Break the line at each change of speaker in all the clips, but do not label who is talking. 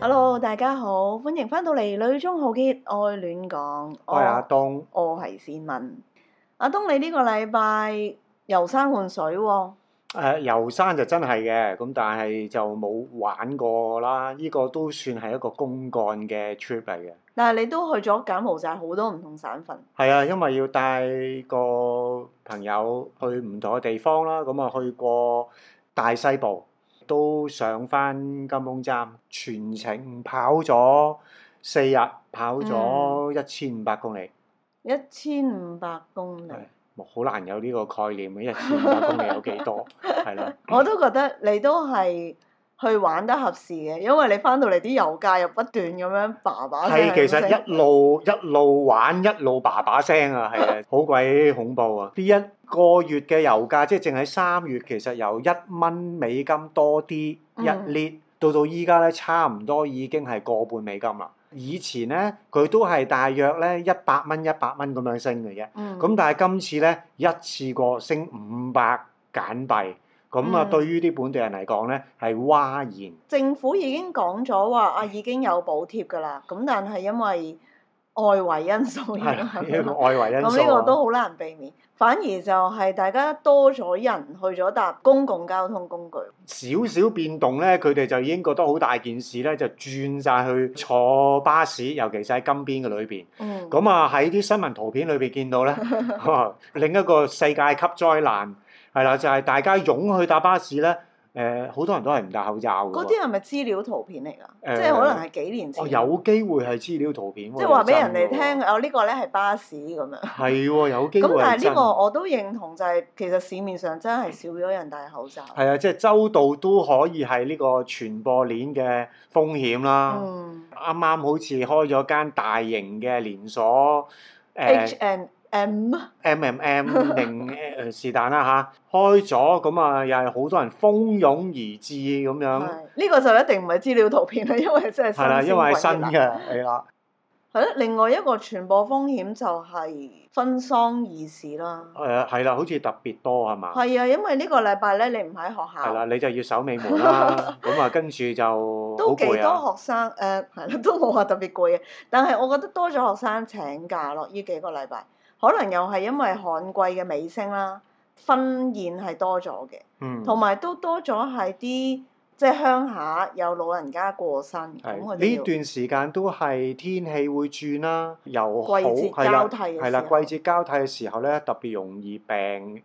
Hello，大家好，歡迎翻到嚟《女中豪傑愛戀講》，
喂，阿
哦
東，
我我係善文。阿東，你呢個禮拜遊山玩水喎、
誒、呃遊山就真係嘅，咁但係就冇玩過啦。呢、個都算係一個公幹嘅 trip 嚟嘅。
但係你都去咗柬埔寨好多唔同省份，
係啊，因為要帶個朋友去唔同嘅地方啦，咁啊去過大西部，都上翻金鐘站，全程跑咗四日，跑咗一千五百公里。
一千五百公里，
係好難有呢個概念嘅，一千五百公里有幾多？係啦。
我都覺得你都係去玩得合適嘅，因為你翻到嚟啲油價又不斷咁樣叭叭聲
係，其
咁
實一路一路玩一路叭叭聲啊，係 啊，好鬼恐怖啊！呢一個月嘅油價，即係淨喺三月，其實由一蚊美金多啲一
嗯
lit，、到到依家咧差唔多已經係個半美金啦。以前咧佢都係大約咧一百蚊一百蚊咁樣升嘅啫。
嗯
咁但係今次咧一次過升五百簡幣，咁啊
嗯
對於啲本地人嚟講咧係譁然。
政府已經講咗話啊，已經有補貼㗎啦。咁但係因為外圍因素影
係啦，
響
呢個外圍因素
咁呢個
啊
都好難避免。反而就係大家多咗人去咗搭公共交通工具。
少少變動咧，佢哋就已經覺得好大件事咧，就轉晒去坐巴士，尤其是喺金邊嘅裏邊。
嗯，
咁啊喺啲新聞圖片裏邊見到咧， 哇另一個世界級災難係啦，就係、大家湧去搭巴士咧，誒、好多人都係唔戴口罩
嗰
嘅喎。
啲係咪資料圖片嚟㗎？
誒
即係可能係幾年前。
哦，有機會係資料圖片喎，
即係話俾人
真
哋
嘅喎
聽，哦呢個咧係巴士咁樣。
係喎，有機會
咁但
係
係呢
真。
個我都認同，就係其實市面上真係少咗人戴口罩。
係啊，即係周到都可以係呢個傳播鏈嘅風險啦。
嗯
啱啱好似開咗間大型嘅連鎖
，H
誒
and M。
M M M 定誒是但啦嚇，開咗咁啊，又係好多人蜂擁而至咁樣，
係呢個就一定唔係資料圖片啦，因為真係新
係啦，因為係新
鮮滾熱辣
嘅，係啦，
係咯，另外一個傳播風險就係婚喪義事啦。
誒係啦，好似特別多係嘛？
係啊，因為呢個禮拜咧，你唔喺學
係啦，
校，
你就要守尾門 啦，咁啊跟住就好
都幾
攰啊，
多學生 誒係啦，都冇話特別攰嘅。但係我覺得多咗學生請假咯，呢幾個禮拜可能又係因為旱季嘅尾聲啦，婚宴係多咗嘅，
嗯，
同埋都多咗係啲即係鄉下有老人家過身，咁佢哋
係呢
要
段時間都係天氣會轉啦，又
季
好
節
係
交
啦
替，嘅時候
係啦，季節交替嘅時候咧，特別容易病。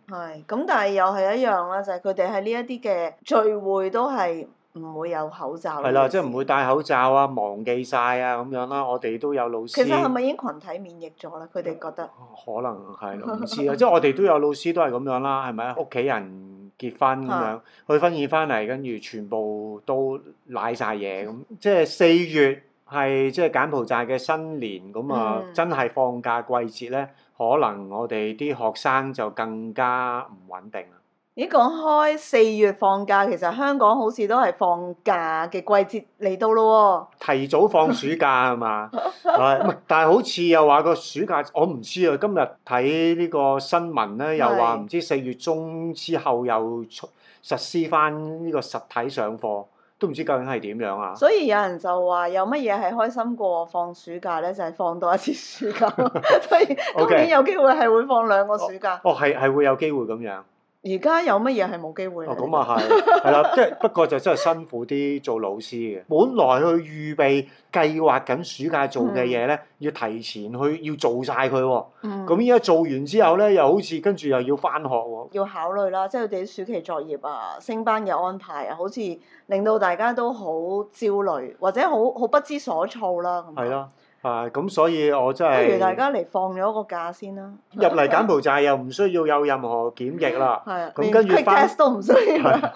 係，咁但係又係一樣啦，就係佢哋喺呢一啲嘅聚會都係唔會有口罩。
係啦，即係唔。會戴口罩啊，忘記晒啊咁樣啦。我哋都有老師，
其實係咪已經群體免疫咗啦？佢哋覺得
可能係咯 唔知啊。即係我哋都有老師都係咁樣啦，係咪？屋企人結婚咁樣，去婚宴翻嚟，跟住全部都賴晒嘢咁。即係四月係即係柬埔寨嘅新年咁啊，
嗯
真係放假季節咧，可能我哋啲學生就更加唔穩定啦。
咦講開四月放假，其實香港好似都係放假嘅季節嚟到咯
提早放暑假係啊嘛？係唔係但係好似又話個暑假，我唔知啊。今日睇呢個新聞咧，又話
係
唔知四月中之後又出實施翻呢個實體上課，都唔知究竟係點樣啊
喎，？所以有人就話有乜嘢係開心過放暑假咧？就係、放多一次暑 假，所以今
OK
年有機會係會放兩個暑假。
哦，係係會有機會咁樣。
而家有乜嘢係冇機會呢
哦，咁啊係，係啦，即係不過就真係辛苦啲做老師嘅。本來去預備計劃緊暑假做嘅嘢咧，要提前去要做晒佢喎。
嗯
咁依家做完之後咧，又好似跟住又要翻學喎。
要考慮啦，即係佢哋啲暑期作業啊、升班嘅安排啊，好似令到大家都好焦慮，或者好好不知所措啦。咁
係，啦，啊咁所以我真
不如
係
大家嚟放咗個假先啦。
入嚟柬埔寨又唔需要有任何檢疫 啦，
係啊，
咁
連
跟住
quick
返
test 都唔需要啦。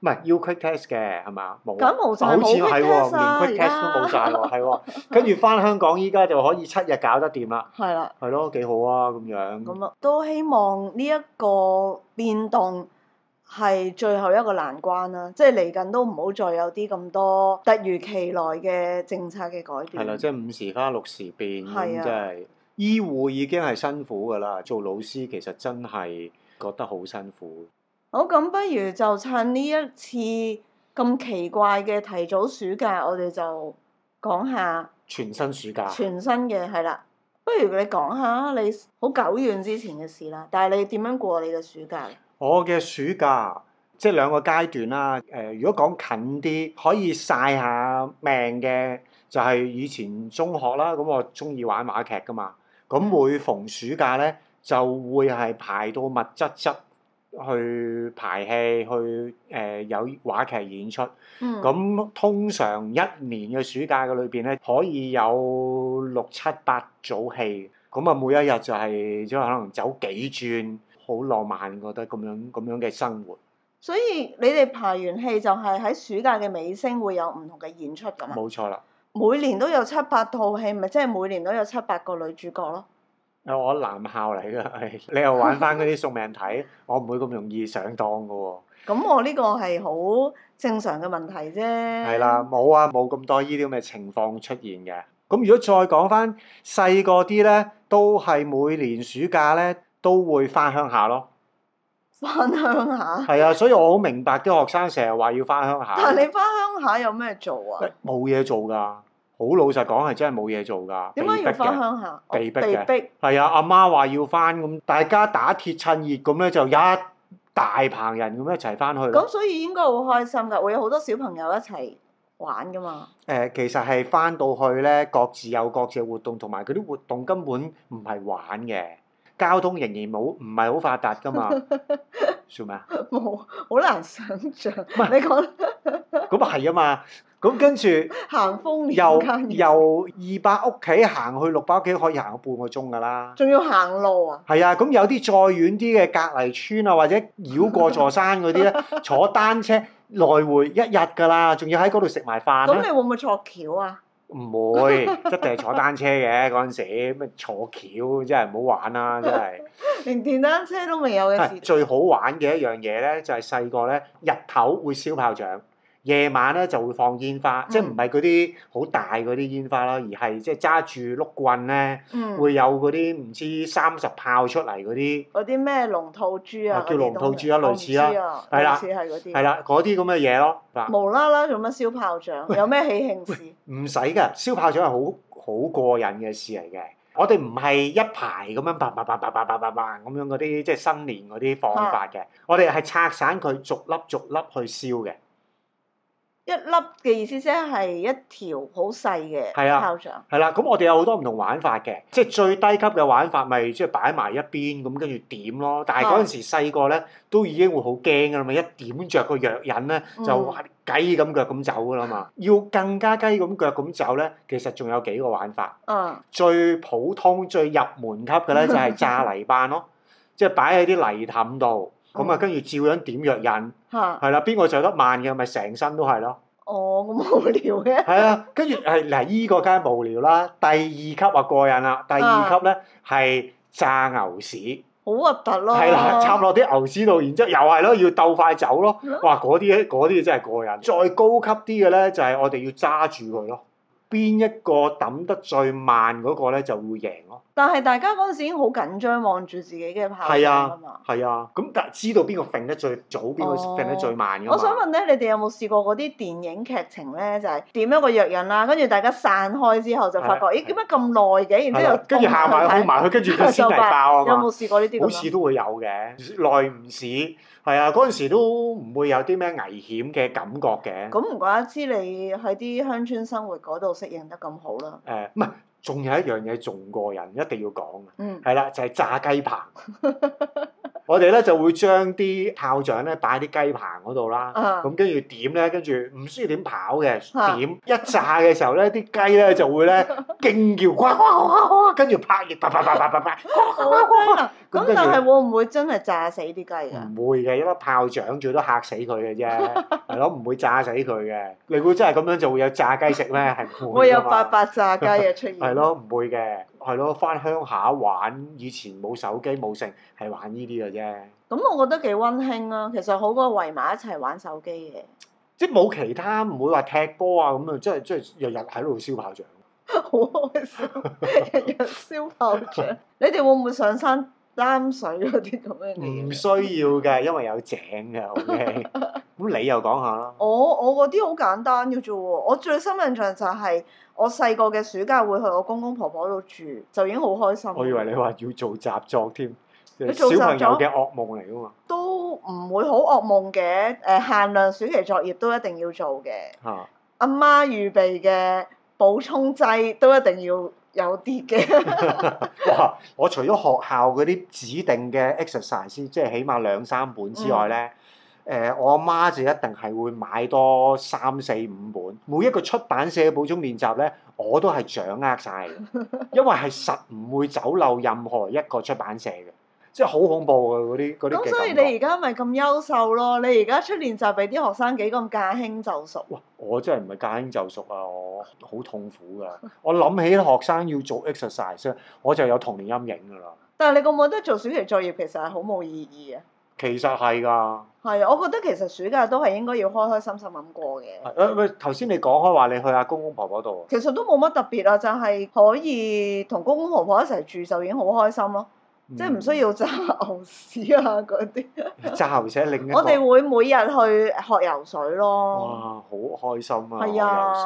唔係要 quick test 嘅係嘛？冇啊
柬埔寨
好似
冇 quick
係
test 啊
喎，連 quick test 都冇晒喎，係喎。跟住翻香港依家就可以七日搞得掂啦，
係啦，
係咯，幾好啊咁樣。
咁啊，都希望呢一個變動係最後一個難關啦。即係嚟緊都唔好再有啲咁多突如其來嘅政策嘅改
係
變。
啦，即係五時花六時變
係啊
咁，真係醫護已經係辛苦㗎啦，做老師其實真係覺得好辛苦。
好，咁不如就趁呢一次咁奇怪嘅提早暑假，我哋就講下
全新暑假。
全新嘅係啦。不如你講下你好久遠之前嘅事啦，但係你點樣過你嘅暑假？
我嘅暑假即係兩個階段啦。誒、如果講近啲，可以晒下命嘅，就係、以前中學啦。咁我中意玩話劇噶嘛。咁每逢暑假咧，就會係排到密質質去排戲，去誒、有話劇演出。
嗯，
咁通常一年嘅暑假嘅裏邊咧，可以有六七八組戲，咁啊每一日就係即係可能走幾轉，好浪漫，覺得咁樣咁樣嘅生活，
所以你哋排完戲就係喺暑假嘅尾聲會有唔同嘅演出咁啊。
冇錯啦。
每年都有七八套戲，咪即係每年都有七八個女主角咯。
誒我男校嚟㗎， 係你又玩翻嗰啲送命題，我唔會咁容易上當㗎喎。
咁我呢個係好正常嘅問題啫。
係啦，，冇啊，冇咁多呢啲咁嘅情況出現嘅。咁如果再講翻細個啲咧，都係每年暑假咧都會翻鄉下咯。
翻鄉下，
係啊，所以我好明白啲學生成日話要翻鄉
但係
下，
你翻鄉下有咩做啊？
冇嘢做㗎。好老實講係真係冇嘢做㗎，
點解要翻
逼嘅？
鄉下？哦
被逼
被
嘅
逼。
係啊，阿媽話要翻咁，大家打鐵趁熱咁咧，就一大棚人咁一齊翻去咯。
咁所以應該好開心㗎，會有好多小朋友一齊玩㗎嘛。
誒、其實係翻到去咧，各自有各自嘅活動，同埋嗰啲活動根本唔係玩嘅，交通仍然冇唔係好發達 㗎嘛。算咩啊？
冇，好難想像。
係
你講
咁啊係啊嘛。咁跟住
行風
由
年間，
由二百屋企行去六百屋企，可以行個半個鐘㗎啦。
仲要行路啊！
係啊，咁有啲再遠啲嘅隔離村啊，或者繞過座山嗰啲咧，坐單車來回一日㗎啦，仲要喺嗰度食埋飯
咁你
啦。
會唔會坐橋啊？
唔會，一定係坐單車嘅嗰陣時，咩坐橋真係唔好玩啦，真係。
連電單車都未有嘅
係
事，
最好玩嘅一樣嘢咧，就係細個咧日頭會燒炮仗，夜晚咧就會放煙花，即係唔係嗰啲好大嗰啲煙花啦，而係即係揸住碌棍咧，
嗯，
會有嗰啲唔知三十炮出嚟嗰啲。
嗰啲咩龍套珠啊嗰啲
啊，叫龍套珠啊
東西
類似啊
我唔知啊，
係啦
類似係嗰
係
啲，
啦，嗰啲咁嘅嘢咯，嗱
無啦啦做乜燒炮 仗？有咩喜慶事？
唔使㗎，燒炮仗係好好過癮嘅事嚟嘅。我哋唔係一排咁樣叭叭叭叭叭叭叭叭咁樣嗰啲，即係新年嗰啲放法嘅。我哋係拆散佢逐粒逐粒去燒嘅。
一粒嘅意思即係一條好細嘅
係啊
炮仗，
係啦，咁我哋有好多唔同玩法嘅，即係最低級嘅玩法咪即係擺埋一邊咁跟住點咯。但係嗰陣時細個咧都已經會好驚㗎啦嘛，一點着個藥引咧就
嗯
哇雞咁腳咁走㗎啦嘛。要更加雞咁腳咁走咧，其實仲有幾個 玩法。
嗯，
最普通、最入門級嘅咧，就係炸泥板咯，即係擺喺啲泥氹度，咁啊
嗯
跟住照樣點藥引，
嚇，
係啦，邊個走得慢嘅咪成身都係咯，
哦，咁無聊嘅，
係啊，跟住係嗱，依個梗係無聊啦，第二級啊過癮啦，第二級咧係炸牛屎，
好核突咯，
係啦，插落啲牛屎度，然之後又係咯，要鬥快走咯
嗯，
哇！嗰啲嗰啲真係過癮，再高級啲嘅咧就係我哋要揸住佢咯，邊一個揼得最慢嗰個咧就會贏咯。
但係大家嗰陣時已經好緊張，望住自己嘅炮
係
仗啊
啊
嘛。，
係啊，咁但係知道邊個揈得最早，邊個揈得最慢㗎
哦
嘛？
我想問咧，你哋有冇試過嗰啲電影劇情咧，就係、點一個藥引啦，跟住大家散開之後就發覺，
係啊
咦點解咁耐嘅？然
係
之後
啦，跟住行埋
好
控埋佢，跟住 佢先嚟爆啊
有
嘛
冇。試過呢啲
好
咁
似
樣？
都會有嘅，耐唔市係啊，嗰陣時都唔會有啲咩危險嘅感覺嘅。誒、
咁唔怪得知你喺啲鄉村生活嗰度適應得咁好啦。
唔係，仲有一樣嘢仲過人，一定要講嘅，
嗯，
係啦，就係、炸雞棚。我哋咧就會將啲炮仗咧擺喺啲雞棚嗰度啦。
啊，
咁跟住點咧？跟住唔需要點跑嘅，
啊
點一炸嘅時候咧，啲雞咧就 會咧驚叫，呱呱呱呱呱，跟住拍翼，啪啪啪啪 啪啪，
好驚啊！
咁跟
咁
住
但係會唔會真係炸死啲雞啊㗎？
唔會嘅，一粒炮仗最多嚇死佢嘅啫， 係咯，唔會炸死佢嘅。你估真係咁樣就會有炸雞食 咩？係
會
唔嗯會
有
㗎嘛
八八炸雞嘅出現。
係咯，唔會嘅，係咯，翻鄉下玩，以前冇手機冇剩，係玩呢啲嘅啫，
咁我覺得幾温馨啦、其實好過圍埋一齊玩手機嘅。
即係冇其他，唔會話踢波啊咁啊，即係即係日日喺度燒炮仗。
好開心，日日燒炮仗。你哋會唔會上山擔水嗰啲咁樣嘅
唔
嘢。啊
需要嘅，因為有井嘅。OK，咁 你又講下啦。
我我嗰啲好簡單嘅啫喎，我最深印象就係我細個嘅暑假會去我公公婆婆度住，就已經好開心。
我以為你話要做習作添，
你
小
做習
朋
作
友嘅噩夢嚟噶嘛
都唔會好噩夢嘅，誒、限量暑期作業都一定要做嘅，
嚇。
阿媽預備嘅補充劑都一定要有啲嘅。
哇！我除咗學校嗰啲指定嘅 exercise，即係起碼兩三本之
嗯
外咧，誒、我阿媽就一定係會買多三四五本，每一個出版社嘅補充練習咧，我都係掌握晒嘅，因為係實唔會走漏任何一個出版社嘅，即係好恐怖啊嘅嗰啲嗰啲
咁
嘅
所以
感覺
你而家咪咁優秀咯？你而家出練習俾啲學生幾咁駕輕就熟？
哇！我真係唔係駕輕就熟啊！我好痛苦噶。我諗起學生要做 exercise，我就有童年陰影噶啦。
但係你覺唔覺得做暑期作業其實係好冇意義嘅？
其實係㗎。
係啊，我覺得其實暑假都係應該要開開心心咁過嘅。
係誒呃喂，頭先你講開話你去阿公公婆婆度啊
其實都冇乜特別啊，就係、可以同公公婆婆一齊住就已經好開心咯，
喎，
嗯即係唔需要揸牛屎啊嗰啲。
要揸牛車另一個
我哋會每日去學游水咯。
哇，好開心啊！
係啊
我游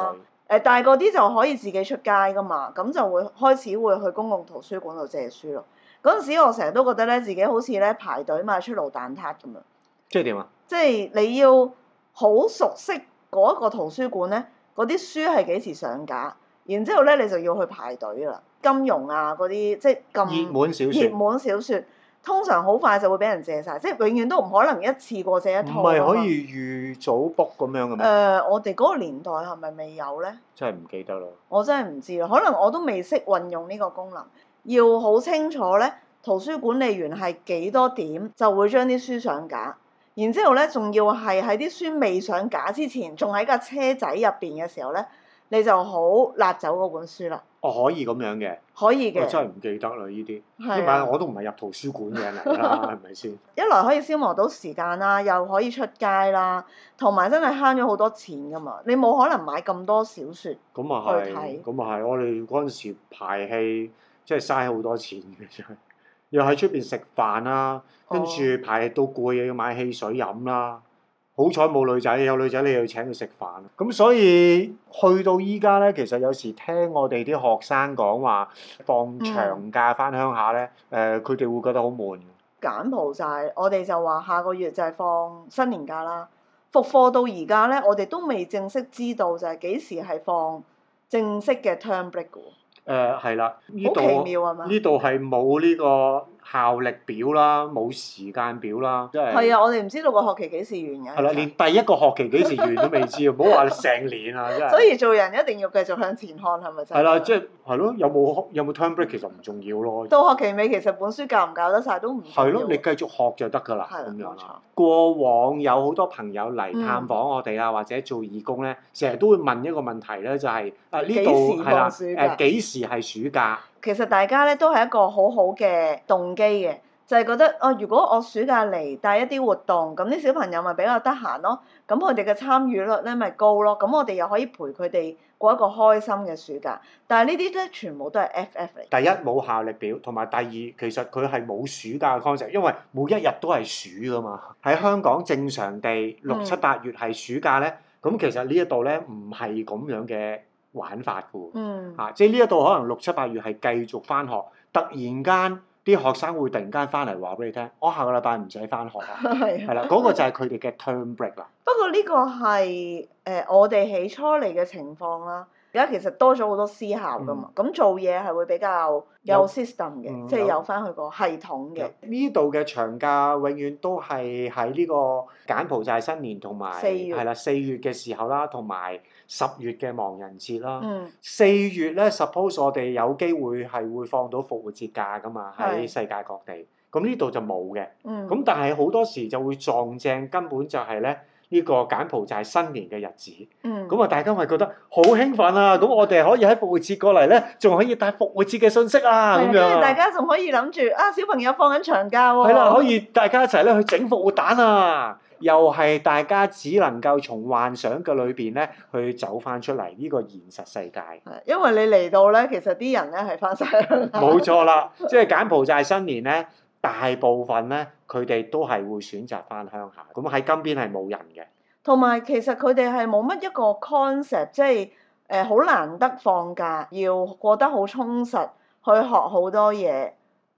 水
誒，大個啲就可以自己出街噶嘛，咁就會開始會去公共圖書館度借書咯。嗰陣時我成日都覺得咧，自己好似咧排隊買出爐蛋撻咁樣，
即係點啊？
即係你要好熟悉嗰一個圖書館咧，嗰啲書係幾時上架，然之後咧你就要去排隊啦。金庸啊嗰啲即係
熱
咁
門小
熱
説
門小説，通常好快就會俾人借晒，即係永遠都唔可能一次過借一
唔
套。啊
係可以預早 book 咁樣嘅
誒、
咩？
呃我哋嗰個年代係咪未有呢？
真係唔記得啦。
我真係唔知啦，啊可能我都未識運用呢個功能，要好清楚呢，圖書管理員係幾多點就會將啲書上架，然之後呢，仲要係喺啲書未上架之前，仲喺架車仔入邊嘅時候呢，你就好立走嗰本書啦，
哦，可以咁樣嘅，
可以
我
嘅，
哦真係唔記得啦呢啲，因
係啊
為我都唔係入圖書館嘅人 嚟啦，係咪先？
一來可以消磨到時間啦，又可以出街啦，同埋真係慳咗好多錢噶嘛，你冇可能買咁多小説。
咁啊
去
係，
睇
咁啊係，我哋嗰陣時排戲，即係嘥好多錢嘅真係，又喺出邊食飯啊啦，跟住
哦
排到攰又要買汽水飲啦。好彩冇女仔，有女仔你又要請佢食飯。咁所以去到依家咧，其實有時聽我哋啲學生講話放長假翻鄉下咧，誒佢哋會覺得好悶。
柬埔寨，我哋就話下個月就係放新年假啦。復課到而家咧，我哋都未正式知道就係幾時係放正式嘅 term break 嘅喎
誒係啦，呢
好奇
度
妙啊係嘛？
呢度係冇呢個效力表啦，冇時間表啦，即係。
係啊，我哋唔知道個學期幾時完嘅。
係啦，
其實
連第一個學期幾時完都未知，唔好話成年啊，真係。
所以做人一定要繼續向前看，係咪就
係啦，即係係咯，有冇有冇 term break 其實唔重要咯。
到學期尾，其實本書教唔教得晒都唔重要
係咯，你繼續學就得㗎啦，
係啦
咁樣
冇錯嗯
啦。過往有好多朋友嚟探訪我哋啊，或者做義工咧，成日都會問一個問題咧，就係啊呢
幾
度
時
係啦，
放暑假
誒幾時係暑假？
其實大家咧都係一個好好嘅動機嘅，就係、覺得哦，如果我暑假嚟帶一啲活動，咁啲小朋友咪比較得閒咯，咁佢哋嘅參與率咧咪高咯，咁我哋又可以陪佢哋過一個開心嘅暑假。但係呢啲咧全部都係 FF 嚟，
第一冇效力表，同埋第二其實佢係冇暑假嘅 concept，因為每一日都係暑噶嘛。喺香港正常地六
嗯
七八月係暑假咧，咁其實呢一度咧唔係咁樣嘅玩法噶喎。
嗯，
啊，即係呢一度可能六七八月係繼續翻學，突然間啲學生會突然間翻嚟話俾你聽，我下個禮拜唔使翻學 啊。
係
係
啊。
啦，嗰、個就係佢哋嘅 term break 啦。
不過呢個係誒、呃我哋起初嚟嘅情況啦。而家其實多咗好多思考噶嘛，咁、做嘢係會比較
有
有 system 嘅，
嗯
即係
有
有翻佢個系統嘅。
呢度嘅長假永遠都係喺呢個柬埔寨新年同埋
四月
係啦四月嘅時候啦，同埋十月嘅亡人節啦。
嗯，
四月咧，suppose 我哋有機會係會放到復活節假噶嘛，喺
係
世界各地。咁呢度就冇嘅。
嗯，
咁但係好多時就會撞正，根本就係咧呢個柬埔寨新年嘅日子。
嗯，
咁啊，大家咪覺得好興奮啊！咁我哋可以喺復活節過嚟咧，仲可以帶復活節嘅信息啊，咁
係
樣
跟住大
啊。
家哦仲可以諗住啊，小朋友放緊長假喎。
係啦，可以大家一齊咧去整復活蛋啊！又係大家只能夠從幻想嘅裏邊咧去走翻出嚟呢個現實世界。
係。因為你嚟到咧，其實啲人咧係翻晒鄉下。
冇錯啦，即係柬埔寨新年咧，大部分咧佢哋都係會選擇翻鄉下。咁喺金邊係冇人嘅，
同埋其實佢哋係冇乜一個 concept，即係誒好難得放假，要過得好充實，去學好多嘢，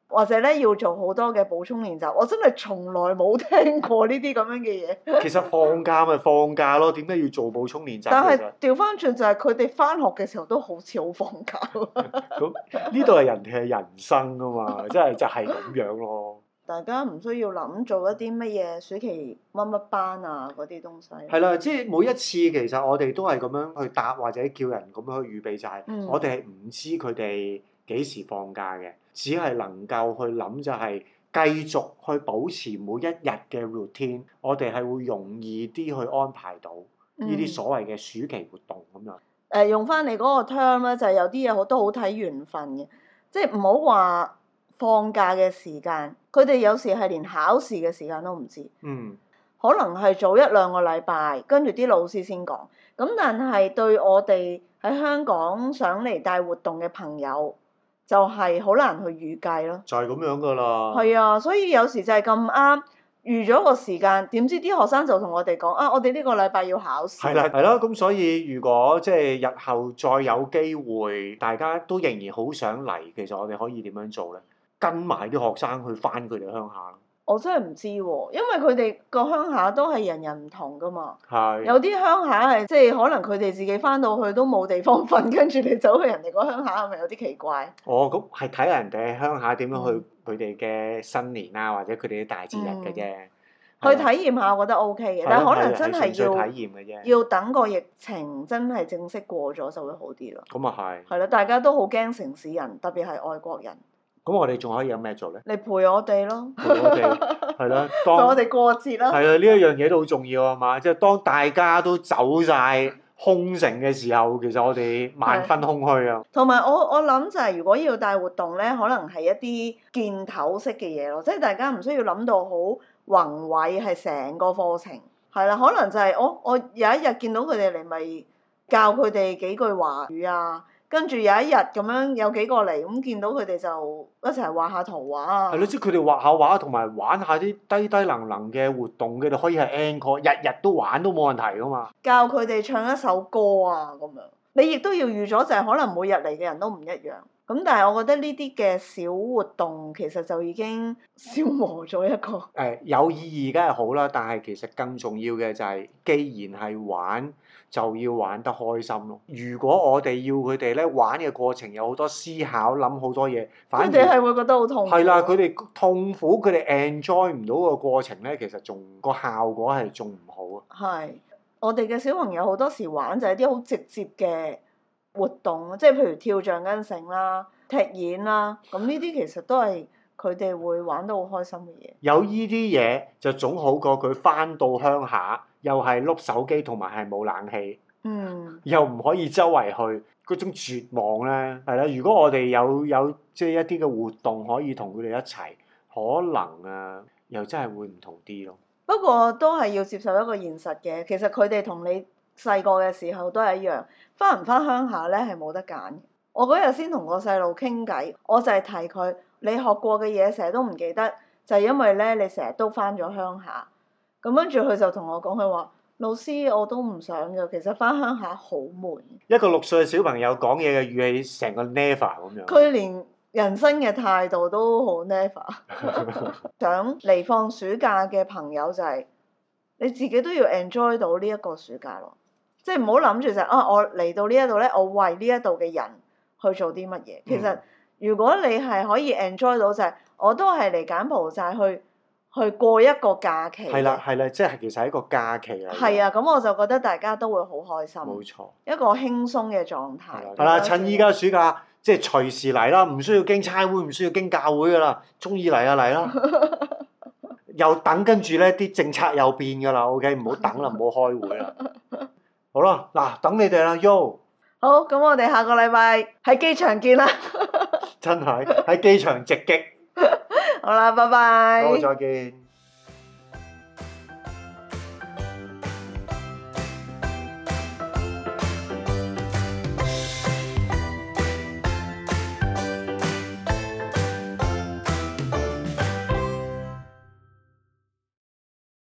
或者咧要做好多嘅補充練習。我真係從來冇聽過呢啲咁樣嘅嘢。
其實放假咪放假咯，點解要做補充練習？其
但
實
係調翻轉就係佢哋翻學嘅時候都好似好放假 喎。
咁呢度係人哋嘅人生啊嘛， 即係就係咁樣咯。
大家唔需要諗做一啲乜嘢暑期乜乜班啊嗰啲東西。
係啦，即係每一次其實我哋都係咁樣去答或者叫人咁樣去預備，就係、
嗯
我哋係唔知佢哋幾時放假嘅，只係能夠去諗就係、繼續去保持每一日嘅 routine，我哋係會容易啲去安排到呢
呢
啲所謂嘅暑期活動咁
誒、
樣。
嗯呃用翻你嗰個 term 咧，就係有啲嘢好都好睇緣分嘅，即係唔好話放假嘅時間，佢哋有時係連考試嘅時間都唔知，
嗯，
可能係早一兩個禮拜，跟住啲老師先講。咁但係對我哋喺香港上嚟帶活動嘅朋友，就係、好難去預計咯。
就係、咁樣噶啦。
係啊，所以有時就係咁啱預咗個時間，點知啲學生就同我哋講啊，我哋呢個禮拜要考試。
係啦，係啦，咁所以如果即係日後再有機會，大家都仍然好想嚟，其實我哋可以點樣做咧？跟埋啲學生去翻佢哋鄉下咯。
我真係唔知喎，因為佢哋個鄉下都係人人唔同噶嘛。
係。
有啲鄉下係即係可能佢哋自己翻到去都冇地方瞓，跟住你走去人哋個鄉下，係咪有啲奇怪？
哦，咁係睇人哋鄉下點樣去佢哋嘅新年啊，或者佢哋啲大節日嘅啫。
去
係
體
啦
驗下，我覺得 O K 嘅
係，啦
但係可
係
能
啦
真
純粹
係
體驗嘅啫。
要要等個疫情真係正式過咗就會好啲咯。
咁啊係。
係啦，大家都好驚城市人，特別係外國人，？
咁我哋仲可以有咩做咧
你陪我哋咯，
陪我哋係啦，
陪
當
我哋過節啦。
係啊啦，呢一樣嘢都好重要啊嘛！即係當大家都走
嗯
晒空城嘅時候，其實我哋萬分空虛啊。
同埋我我諗就係如果要帶活動咧，可能係一啲見頭式嘅嘢咯，即係大家唔需要諗到好宏偉係成個課程，係啦，可能就係、我我有一日見到佢哋嚟，咪教佢哋幾句華語啊，跟住有一日咁樣有幾個嚟，咁見到佢哋就一齊畫下圖畫啊
係，咯，即係佢哋畫下畫同埋玩下啲低低能能嘅活動，佢哋可以係 encore，日日都玩都冇問題噶嘛。
教佢哋唱一首歌啊咁樣。你亦都要預咗就係可能每日嚟嘅人都唔一樣。咁但係我覺得呢啲嘅小活動其實就已經 消磨咗一個。
誒、有意義梗係好啦，但係其實更重要嘅就係、既然係玩，就要玩得開心咯。如果我哋要佢哋咧玩嘅過程有好多思考，諗好多嘢，
佢
反
哋
而
係會覺得好痛苦。啊
係啦，佢哋痛苦，佢哋 enjoy 唔到個過程咧，其實仲個效果係仲唔好啊。
係我哋嘅小朋友好多時玩就係啲好直接嘅活動，即係譬如跳橡筋繩啦、踢毽啦，咁呢啲其實都係佢哋會玩得好開心嘅嘢。
有依啲嘢就總好過佢翻到鄉下，又係碌手機同埋係冇冷氣。
嗯，
又唔可以周圍去，嗰種絕望咧，係啦。如果我哋有有即係一啲嘅活動可以同佢哋一齊，可能啊又真係會唔同啲咯。
不過都係要接受一個現實嘅，其實佢哋同你細個嘅時候都係一樣，翻唔翻鄉下咧係冇得揀嘅。我嗰日先同個細路傾偈，我就係提佢，你學過嘅嘢成日都唔記得，就係因為咧你成日都翻咗鄉下。咁跟住佢就同我講，佢話老師我都唔想嘅，其實翻鄉下好悶。
一個六歲嘅小朋友講嘢嘅語氣，成個 never 咁樣。
佢連人生嘅態度都好 never。想嚟放暑假嘅朋友就係、你自己都要 enjoy 到呢一個暑假咯，即係唔好諗住就係啊，我嚟到呢一度咧，我為呢一度嘅人去做啲乜嘢。其實
嗯
如果你係可以 enjoy 到就係、我都係嚟柬埔寨去去過一個假期。
係啦，係啦，即係其實係一個假期嚟。
係，啊，咁我就覺得大家都會好開心，
冇錯。
一個輕鬆嘅狀態。
係啊啦，趁依家暑假，即係隨時嚟啦，唔需要驚差會，唔需要驚教會噶啦，中意嚟啊嚟啦。 又等跟住咧，啲政策又變噶啦，OK，唔好等啦，唔好開會 啦。好啦，嗱，等你哋啦，Yo，
好，咁我哋下個禮拜喺機場見啦。
真係喺機場直擊，
好啦，拜拜。
好，再見。